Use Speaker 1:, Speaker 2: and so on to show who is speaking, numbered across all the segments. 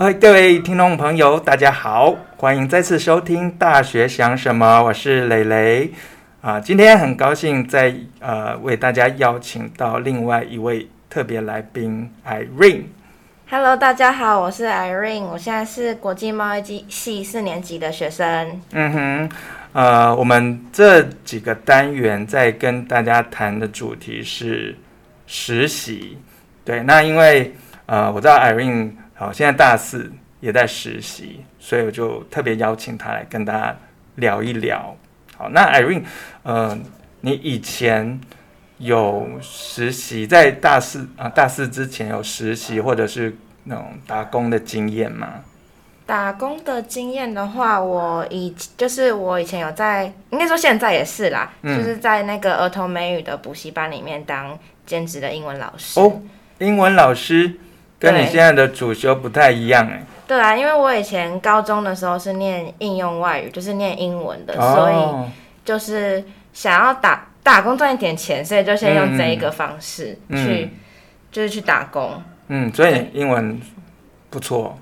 Speaker 1: 嗨，哎各位听众朋友，大家好，欢迎再次收听《大学想什么》，我是蕾蕾。啊、今天很高兴在呃为大家邀请到另外一位特别来宾 Irene。
Speaker 2: Hello，大家好，我是 Irene，我现在是国际贸易系系四年级的学生。
Speaker 1: 嗯哼，呃，我们这几个单元在跟大家谈的主题是实习。对，那因为呃，我知道 Irene 好、现在大四也在实习，所以我就特别邀请她来跟大家聊一聊。好，那 Irene，呃，你以前有实习在大四啊、大四之前有实习或者是那种打工的经验吗？
Speaker 2: 打工的经验的话，我以就是我以前有在，应该说现在也是啦，
Speaker 1: 嗯
Speaker 2: 就是在那个儿童美语的补习班里面当兼职的英文老师。
Speaker 1: 哦，英文老师跟你
Speaker 2: 对
Speaker 1: 现在的主修不太一样哎。
Speaker 2: 对啊，因为我以前高中的时候是念应用外语，就是念英文的，所以
Speaker 1: 哦，
Speaker 2: 就是想要打打工赚一点钱，所以就先用这一个方式去，
Speaker 1: 嗯
Speaker 2: 就是去打工。
Speaker 1: 嗯，所以英文不错，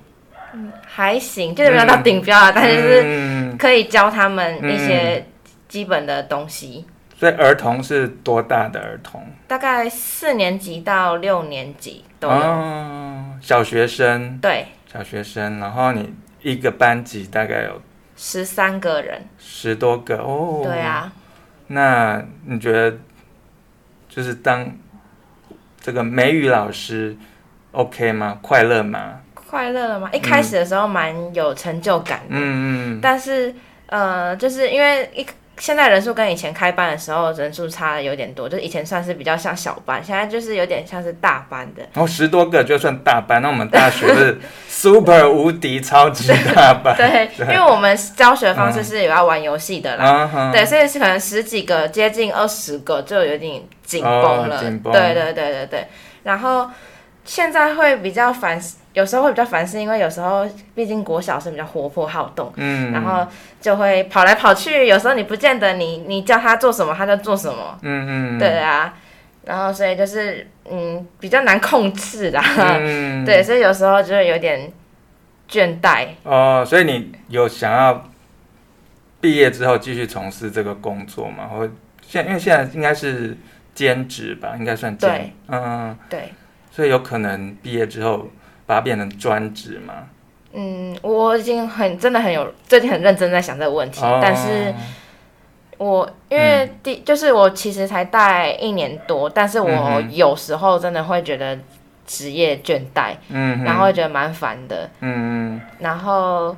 Speaker 2: 还行，就是没有到顶标啊，但是就是
Speaker 1: 嗯，
Speaker 2: 可以教他们一些基本的东西。
Speaker 1: 所以儿童是多大的儿童？
Speaker 2: 大概四年级到六年级都有。
Speaker 1: 哦，小学生，
Speaker 2: 对，
Speaker 1: 小学生，然后你一个班级大概有
Speaker 2: 十三个人。
Speaker 1: 十多个哦。
Speaker 2: 对。啊，
Speaker 1: 那你觉得，就是当这个美语老师 OK 吗？快乐吗？
Speaker 2: 快乐了吗？一开始的时候蛮有成就感的，
Speaker 1: 嗯嗯
Speaker 2: 但是呃，就是因为一。现在人数跟以前开班的时候人数差的有点多，就是以前算是比较像小班，现在就是有点像是大班 的。
Speaker 1: 然后十多个就算大班，那我们大学是 super 无敌超级大班，
Speaker 2: 对，因为我们教学方式
Speaker 1: 嗯
Speaker 2: 是有要玩游戏的啦，
Speaker 1: 啊哈，
Speaker 2: 对，所以是可能十几个，接近二十个，就有点紧绷了。
Speaker 1: 哦紧绷
Speaker 2: 对对对对对。然后现在会比较烦，有时候会比较烦，是因为有时候毕竟国小生比较活泼好动，
Speaker 1: 嗯，
Speaker 2: 然后就会跑来跑去。有时候你不见得你你叫他做什么，他就做什么。
Speaker 1: 嗯嗯，
Speaker 2: 对啊。然后所以就是嗯比较难控制啦。
Speaker 1: 嗯，
Speaker 2: 对，所以有时候就会有点倦怠。
Speaker 1: 哦，所以你有想要毕业之后继续从事这个工作吗？或现因为现在应该是兼职吧，应该算兼
Speaker 2: 对，
Speaker 1: 嗯，
Speaker 2: 对。
Speaker 1: 所以有可能毕业之后把它变成专职嘛？
Speaker 2: 嗯，我已经很真的很有最近很认真在想这个问题，
Speaker 1: 哦，
Speaker 2: 但是我因为第、就是我其实才带一年多，但是
Speaker 1: 嗯
Speaker 2: 我
Speaker 1: 哼
Speaker 2: 有时候真的会觉得职业倦怠，
Speaker 1: 嗯哼，
Speaker 2: 然后会觉得蛮烦的，
Speaker 1: 嗯嗯
Speaker 2: 然后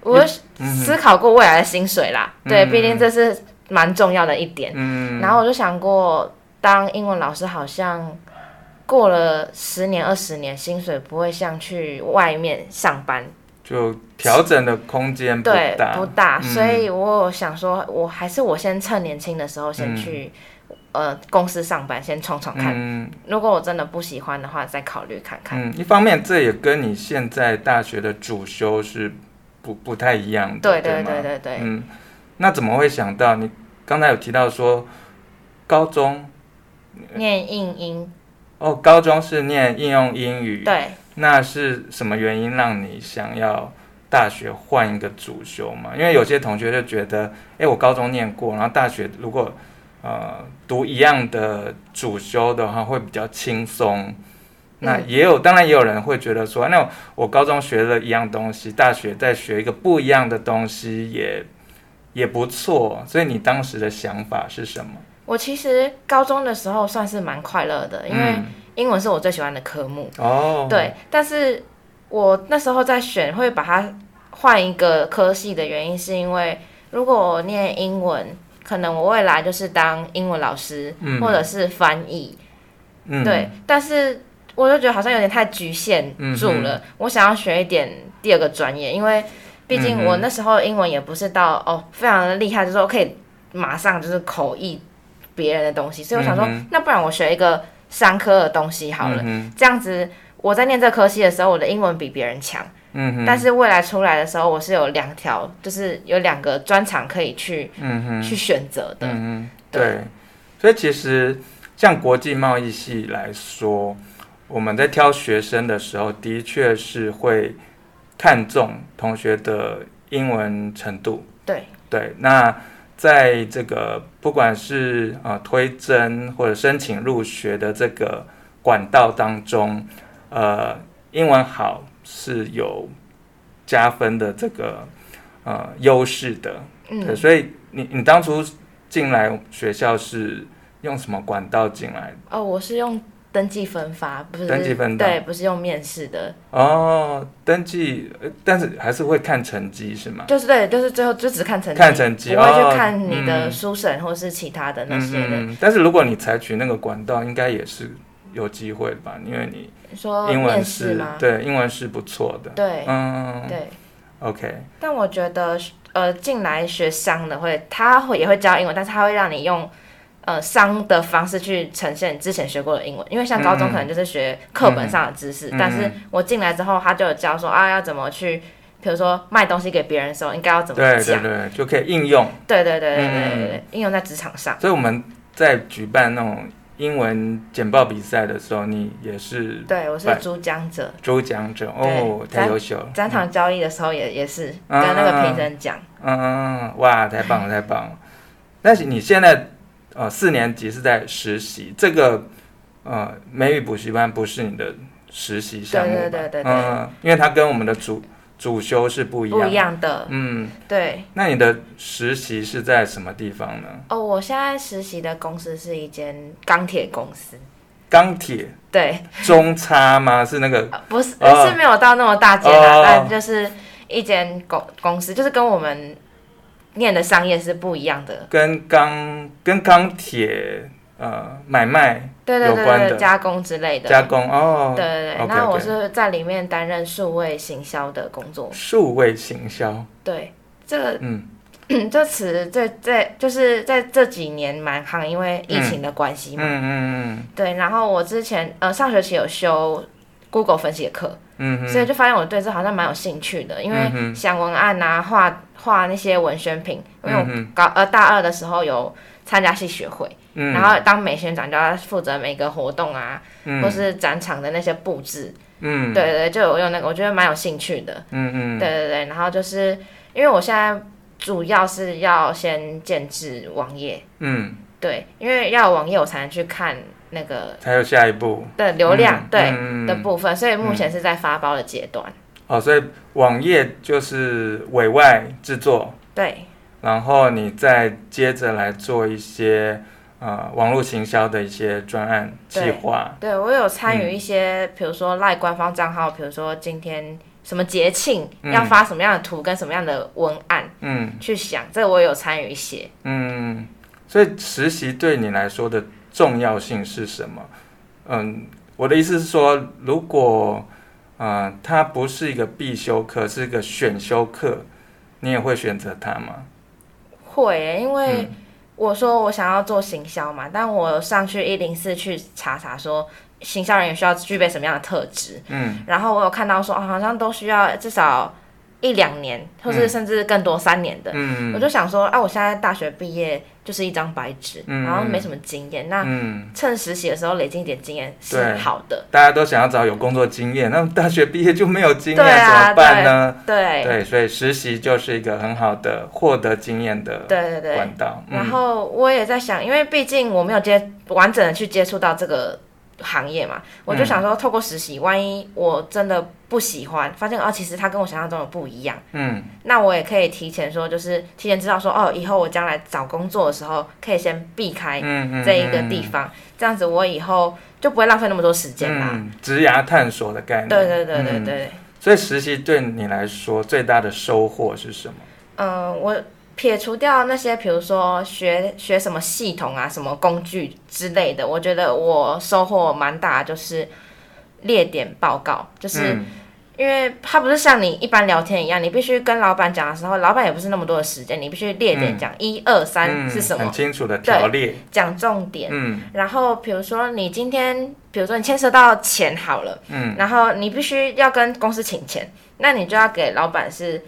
Speaker 2: 我有
Speaker 1: 嗯
Speaker 2: 思考过未来的薪水啦，
Speaker 1: 嗯
Speaker 2: 对，毕竟这是蛮重要的一点，
Speaker 1: 嗯，
Speaker 2: 然后我就想过当英文老师好像。过了十年二十年，薪水不会像去外面上班
Speaker 1: 就调整的空间不
Speaker 2: 对
Speaker 1: 大，
Speaker 2: 不大，
Speaker 1: 嗯
Speaker 2: 所以我有想说，我还是我先趁年轻的时候先去、呃公司上班，先闯闯看。
Speaker 1: 嗯
Speaker 2: 如果我真的不喜欢的话，再考虑看看。
Speaker 1: 嗯，一方面这也跟你现在大学的主修是不不太一样的，
Speaker 2: 对
Speaker 1: 对
Speaker 2: 对
Speaker 1: 吗
Speaker 2: 对对对，
Speaker 1: 嗯，那怎么会想到你刚才有提到说高中嗯
Speaker 2: 念硬音，
Speaker 1: 哦，高中是念应用英语，
Speaker 2: 对，
Speaker 1: 那是什么原因让你想要大学换一个主修嘛？因为有些同学就觉得，哎，我高中念过，然后大学如果呃读一样的主修的话，会比较轻松。那
Speaker 2: 嗯
Speaker 1: 也有，当然也有人会觉得说，啊那我高中学了一样东西，大学再学一个不一样的东西也也不错。所以你当时的想法是什么？
Speaker 2: 我其实高中的时候算是蛮快乐的，因为
Speaker 1: 嗯、
Speaker 2: 英文是我最喜欢的科目。
Speaker 1: 哦，，
Speaker 2: 对，但是我那时候在选会把它换一个科系的原因，是因为如果我念英文，可能我未来就是当英文老师，
Speaker 1: 嗯
Speaker 2: 或者是翻译，
Speaker 1: 嗯，
Speaker 2: 对。但是我就觉得好像有点太局限
Speaker 1: 嗯
Speaker 2: 住了，我想要学一点第二个专业，因为毕
Speaker 1: 嗯
Speaker 2: 竟
Speaker 1: 哼
Speaker 2: 我那时候英文也不是到哦非常的厉害，就是我可以马上就是口译别人的东西，所以我想说，
Speaker 1: 嗯哼
Speaker 2: 那不然我学一个商科的东西好了。
Speaker 1: 嗯哼，
Speaker 2: 这样子，我在念这科系的时候，我的英文比别人强，
Speaker 1: 嗯哼，
Speaker 2: 但是未来出来的时候，我是有两条，就是有两个专长可以去、
Speaker 1: 嗯哼，
Speaker 2: 去选择的。
Speaker 1: 嗯哼，
Speaker 2: 对
Speaker 1: 对，所以其实像国际贸易系来说，我们在挑学生的时候，的确是会看重同学的英文程度。
Speaker 2: 对
Speaker 1: 对，那在这个不管是呃推甄或者申请入学的这个管道当中，呃，英文好是有加分的这个呃优势的。对，
Speaker 2: 嗯，
Speaker 1: 所以你你当初进来学校是用什么管道进来的？
Speaker 2: 哦，我是用登记分发，不是
Speaker 1: 登记分发
Speaker 2: 对，不是用面试的，
Speaker 1: 哦，登记，呃但是还是会看成绩是吗？
Speaker 2: 就是对，就是最后就只看成绩，
Speaker 1: 看成绩
Speaker 2: 不会
Speaker 1: 哦
Speaker 2: 去看你
Speaker 1: 嗯
Speaker 2: 的书审或是其他的那些的。
Speaker 1: 嗯，但是如果你采取那个管道，应该也是有机会吧，因为你
Speaker 2: 你说
Speaker 1: 嗯英文
Speaker 2: 哦面试
Speaker 1: 是
Speaker 2: 吗？
Speaker 1: 对英文是不错的。
Speaker 2: 对
Speaker 1: 嗯
Speaker 2: 对，
Speaker 1: ，OK，
Speaker 2: 但我觉得呃，进来学商的会，他会也会教英文，但是他会让你用。呃，商的方式去呈现你之前学过的英文，因为像高中
Speaker 1: 嗯
Speaker 2: 可能就是学课本上的知识，
Speaker 1: 嗯
Speaker 2: 但是我进来之后，他就有教说啊，要怎么去，比如说卖东西给别人的时候，应该要怎么
Speaker 1: 对对
Speaker 2: 讲，
Speaker 1: 对，就可以应用。
Speaker 2: 对对对对对对
Speaker 1: 嗯
Speaker 2: 对，应用在职场上。
Speaker 1: 所以我们在举办那种英文简报比赛的时候，你也是
Speaker 2: 对，我是
Speaker 1: 对
Speaker 2: 主讲者，
Speaker 1: 主讲者哦，
Speaker 2: 对
Speaker 1: 太优秀了。
Speaker 2: 展场交易的时候也也是
Speaker 1: 啊
Speaker 2: 跟那个评审讲，
Speaker 1: 嗯，哇，太棒了，太棒了！但是你现在呃四年级是在实习，这个呃美语补习班不是你的实习项目吧
Speaker 2: 对对对对对
Speaker 1: 嗯，因为它跟我们的主主修是不一样。
Speaker 2: 不一。样的。
Speaker 1: 嗯，
Speaker 2: 对，
Speaker 1: 那你的实习是在什么地方呢？
Speaker 2: 哦，我现在实习的公司是一间钢铁公司，
Speaker 1: 钢铁
Speaker 2: 对，
Speaker 1: 中差吗？是那个
Speaker 2: 呃不是、
Speaker 1: 哦
Speaker 2: 是没有到那么大间啦，
Speaker 1: 哦
Speaker 2: 但就是一间公公司，就是跟我们念的商业是不一样的。
Speaker 1: 跟钢跟钢铁呃买卖
Speaker 2: 对对
Speaker 1: 有
Speaker 2: 对
Speaker 1: 关
Speaker 2: 对，
Speaker 1: 的
Speaker 2: 对加工之类的。
Speaker 1: 加工哦，
Speaker 2: 对对对
Speaker 1: OK，
Speaker 2: 那我
Speaker 1: OK
Speaker 2: 是在里面担任数位行销的工作。
Speaker 1: 数位行销，
Speaker 2: 对，这个
Speaker 1: 嗯，
Speaker 2: 这词这这就是在这几年蛮夯，因为疫情的关系
Speaker 1: 嗯
Speaker 2: 嘛。
Speaker 1: 嗯嗯
Speaker 2: 对，然后我之前呃上学期有修 Google 分析的课，
Speaker 1: 嗯嗯，
Speaker 2: 所以就发现我对这好像蛮有兴趣的，
Speaker 1: 嗯
Speaker 2: 因为
Speaker 1: 哼
Speaker 2: 想文案啊、画画那些文宣品，因为
Speaker 1: 嗯
Speaker 2: 我
Speaker 1: 哼
Speaker 2: 高呃大二的时候有参加系学会，
Speaker 1: 嗯
Speaker 2: 然后当美宣长就要负责每个活动啊，
Speaker 1: 嗯
Speaker 2: 或是展场的那些布置，
Speaker 1: 嗯，
Speaker 2: 对对，就有用那个，我觉得蛮有兴趣的。
Speaker 1: 嗯嗯，
Speaker 2: 对对对，然后就是因为我现在主要是要先建制网页，
Speaker 1: 嗯，
Speaker 2: 对，因为要有网页我才能去看那个
Speaker 1: 才有下一步
Speaker 2: 的流量，
Speaker 1: 嗯
Speaker 2: 对、
Speaker 1: 嗯
Speaker 2: 的部分，所以目前是在发包的阶段，
Speaker 1: 哦，所以网页就是委外制作，
Speaker 2: 对
Speaker 1: 然后你再接着来做一些呃网络行销的一些专案计划，
Speaker 2: 对，我有参
Speaker 1: 嗯
Speaker 2: 与一些，比如说赖官方账号，比如说今天。什么节庆
Speaker 1: 嗯
Speaker 2: 要发什么样的图跟什么样的文案、
Speaker 1: 嗯
Speaker 2: 去想，这我有参与一些。
Speaker 1: 嗯，所以实习对你来说的重要性是什么？嗯，我的意思是说，如果呃它不是一个必修课，是一个选修课，你也会选择它吗？
Speaker 2: 会耶、因为
Speaker 1: 嗯
Speaker 2: 我说我想要做行销嘛，但我上去一零四去查查说，行销人员需要具备什么样的特质，
Speaker 1: 嗯
Speaker 2: 然后我有看到说，哦，好像都需要至少一两年，或是
Speaker 1: 嗯
Speaker 2: 甚至更多三年的。
Speaker 1: 嗯，
Speaker 2: 我就想说，啊，我现在大学毕业就是一张白纸，
Speaker 1: 嗯
Speaker 2: 然后没什么经验，那
Speaker 1: 嗯。
Speaker 2: 趁实习的时候累积一点经验是
Speaker 1: 对
Speaker 2: 好的。
Speaker 1: 大家都想要找有工作经验，那么大学毕业就没有经验、
Speaker 2: 对啊
Speaker 1: 怎么办呢？
Speaker 2: 对
Speaker 1: 对，所以实习就是一个很好的获得经验的
Speaker 2: 对对对。
Speaker 1: 管嗯道。
Speaker 2: 然后我也在想，因为毕竟我没有接完整的去接触到这个行业嘛，我就
Speaker 1: 嗯
Speaker 2: 想说，透过实习，万一我真的不喜欢，发现哦，其实它跟我想象中的不一样。
Speaker 1: 嗯
Speaker 2: 那我也可以提前说，就是提前知道说，哦，以后我将来找工作的时候，可以先避
Speaker 1: 嗯
Speaker 2: 开
Speaker 1: 嗯嗯，
Speaker 2: 这一个地方，这样子我以后就不会浪费那么多时间啦。
Speaker 1: 嗯，职涯探索的概念。
Speaker 2: 对对对对
Speaker 1: 嗯。
Speaker 2: 对，
Speaker 1: 所以实习对你来说最大的收获是什么？
Speaker 2: 嗯、我撇除掉那些，比如说学学什么系统啊、什么工具之类的，我觉得我收获蛮大，就是列点报告，就是
Speaker 1: 嗯
Speaker 2: 因为它不是像你一般聊天一样，你必须跟老板讲的时候，老板也不是那么多的时间，你必须列点讲一二三
Speaker 1: 嗯
Speaker 2: 是什么
Speaker 1: 很。清楚的条列。
Speaker 2: 讲重点。
Speaker 1: 嗯
Speaker 2: 然后比如说你今天，比如说你牵涉到钱好了，
Speaker 1: 嗯
Speaker 2: 然后你必须要跟公司请钱，那你就要给老板是。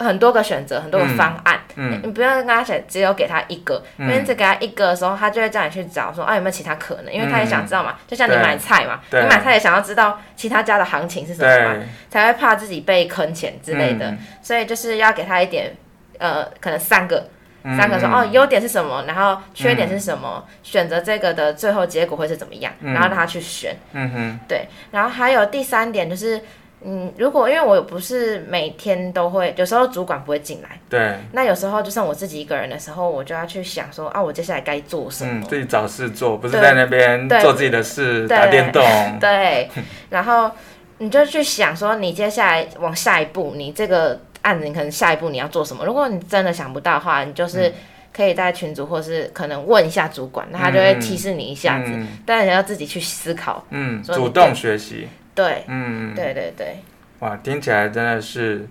Speaker 2: 很多个选择，很多个方案，
Speaker 1: 嗯
Speaker 2: 你不用跟他讲只有给他一个，
Speaker 1: 嗯
Speaker 2: 因为你只给他一个的时候，他就会叫你去找说啊有没有其他可能，因为他也想知道嘛，就像你
Speaker 1: 对
Speaker 2: 买菜嘛，你
Speaker 1: 对
Speaker 2: 买菜也想要知道其他家的行情是什么嘛，
Speaker 1: 对
Speaker 2: 才会怕自己被坑钱之类的，
Speaker 1: 嗯
Speaker 2: 所以就是要给他一点呃可能三个
Speaker 1: 嗯
Speaker 2: 三个说、
Speaker 1: 嗯
Speaker 2: 哦，优点是什么，然后缺点是什么，选择这个的最后结果会是怎么样，
Speaker 1: 嗯
Speaker 2: 然后让他去选。
Speaker 1: 嗯哼，
Speaker 2: 对，然后还有第三点就是，嗯，如果因为我也不是每天都会，有时候主管不会进来，
Speaker 1: 对，
Speaker 2: 那有时候就剩我自己一个人的时候，我就要去想说啊，我接下来该做什
Speaker 1: 嗯，
Speaker 2: 么。
Speaker 1: 自己找事做，不是
Speaker 2: 对
Speaker 1: 在那边
Speaker 2: 对
Speaker 1: 做自己的事，
Speaker 2: 对
Speaker 1: 打电 动，
Speaker 2: 对， 然后你就去想说，你接下来往下一步，你这个案子你可能下一步你要做什么？如果你真的想不到的话，你
Speaker 1: 嗯
Speaker 2: 就是可以在群组或是可能问一下主管，那他就会
Speaker 1: 嗯
Speaker 2: 提示你一下子。
Speaker 1: 嗯
Speaker 2: 但你要自己去思考。
Speaker 1: 嗯，
Speaker 2: 说你
Speaker 1: 主动学习，
Speaker 2: 对，
Speaker 1: 嗯，
Speaker 2: 对对对
Speaker 1: 哇，听起来真的是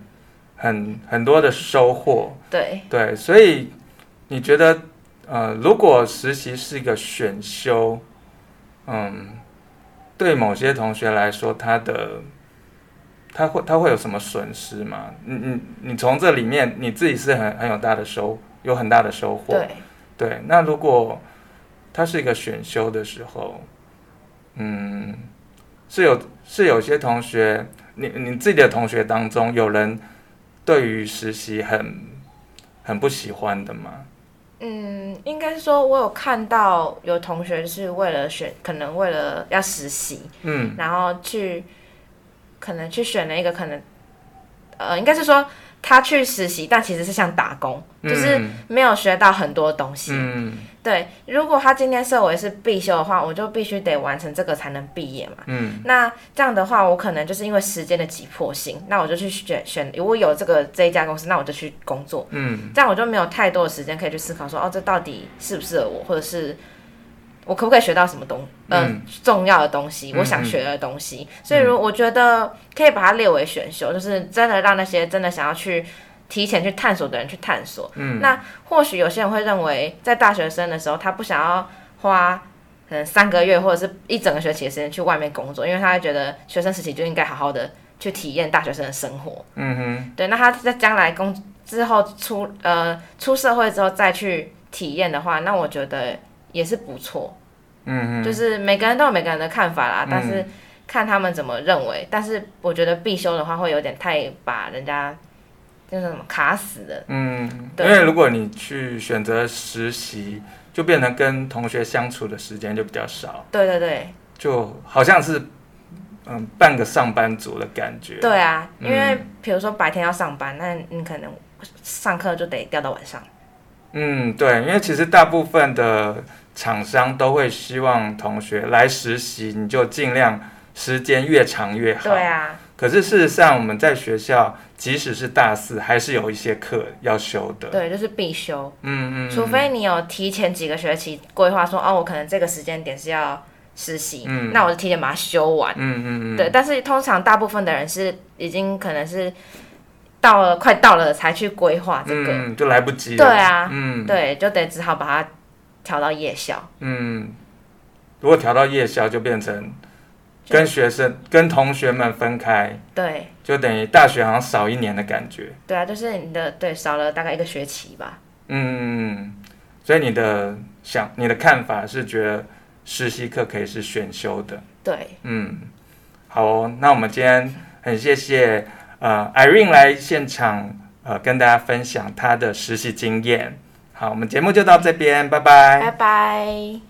Speaker 1: 很很多的收获，
Speaker 2: 对，
Speaker 1: 对，所以你觉得，呃，如果实习是一个选修，嗯，对某些同学来说，他的他会他会有什么损失吗？你你你从这里面你自己是很很有大的收，有很大的收获，
Speaker 2: 对，
Speaker 1: 对，那如果它是一个选修的时候，嗯，是有是有些同学，你你自己的同学当中有人对于实习很很不喜欢的吗？
Speaker 2: 嗯，应该是说我有看到有同学是为了选，可能为了要实习，
Speaker 1: 嗯
Speaker 2: 然后去可能去选了一个可能，呃，应该是说他去实习，但其实是像打工，就是
Speaker 1: 嗯
Speaker 2: 没有学到很多东西。
Speaker 1: 嗯
Speaker 2: 对，如果他今天设为是必修的话，我就必须得完成这个才能毕业嘛。
Speaker 1: 嗯
Speaker 2: 那这样的话，我可能就是因为时间的急迫性，那我就去选选，如果有这个这一家公司，那我就去工作。
Speaker 1: 嗯
Speaker 2: 这样我就没有太多的时间可以去思考说，哦，这到底适不适合我，或者是我可不可以学到什么东，呃、
Speaker 1: 嗯
Speaker 2: 重要的东西，
Speaker 1: 嗯
Speaker 2: 我想学的东西。所以，如我觉得可以把它列为选修，就是真的让那些真的想要去提前去探索的人去探索。
Speaker 1: 嗯
Speaker 2: 那或许有些人会认为，在大学生的时候，他不想要花。可能三个月或者是一整个学期的时间去外面工作，因为他会觉得学生时期就应该好好的去体验大学生的生活。
Speaker 1: 嗯哼
Speaker 2: 对，那他在将来工之后出呃出社会之后再去体验的话，那我觉得也是不错。
Speaker 1: 嗯哼，
Speaker 2: 就是每个人都有每个人的看法啦，
Speaker 1: 嗯
Speaker 2: 但是看他们怎么认为。但是我觉得必修的话会有点太把人家就是什么卡死了。
Speaker 1: 嗯，因
Speaker 2: 对
Speaker 1: 为如果你去选择实习，就变成跟同学相处的时间就比较少，
Speaker 2: 对对对，
Speaker 1: 就好像是嗯半个上班族的感觉。
Speaker 2: 对啊，
Speaker 1: 嗯
Speaker 2: 因为比如说白天要上班，那你可能上课就得调到晚上。
Speaker 1: 嗯，对，因为其实大部分的厂商都会希望同学来实习，你就尽量时间越长越好。
Speaker 2: 对啊，
Speaker 1: 可是事实上，我们在学校，即使是大四，还是有一些课要修的。
Speaker 2: 对，就是必修。
Speaker 1: 嗯，嗯嗯，
Speaker 2: 除非你有提前几个学期规划说，哦，我可能这个时间点是要实习，
Speaker 1: 嗯
Speaker 2: 那我就提前把它修完。
Speaker 1: 嗯嗯嗯，
Speaker 2: 对，但是通常大部分的人是已经可能是到了快到了才去规划这个，
Speaker 1: 嗯，就来不及了。
Speaker 2: 对啊
Speaker 1: 嗯，
Speaker 2: 对，就得只好把它调到夜校。
Speaker 1: 嗯，如果调到夜校，就变成跟学生、跟同学们分开，
Speaker 2: 对
Speaker 1: 就等于大学好像少一年的感觉。
Speaker 2: 对啊，就是你的对少了大概一个学期吧。
Speaker 1: 嗯，所以你的想你的看法是觉得实习课可以是选修的。
Speaker 2: 对，
Speaker 1: 嗯，好哦，那我们今天很谢谢呃 Irene 来现场呃跟大家分享她的实习经验。好，我们节目就到这边，拜拜
Speaker 2: 拜拜。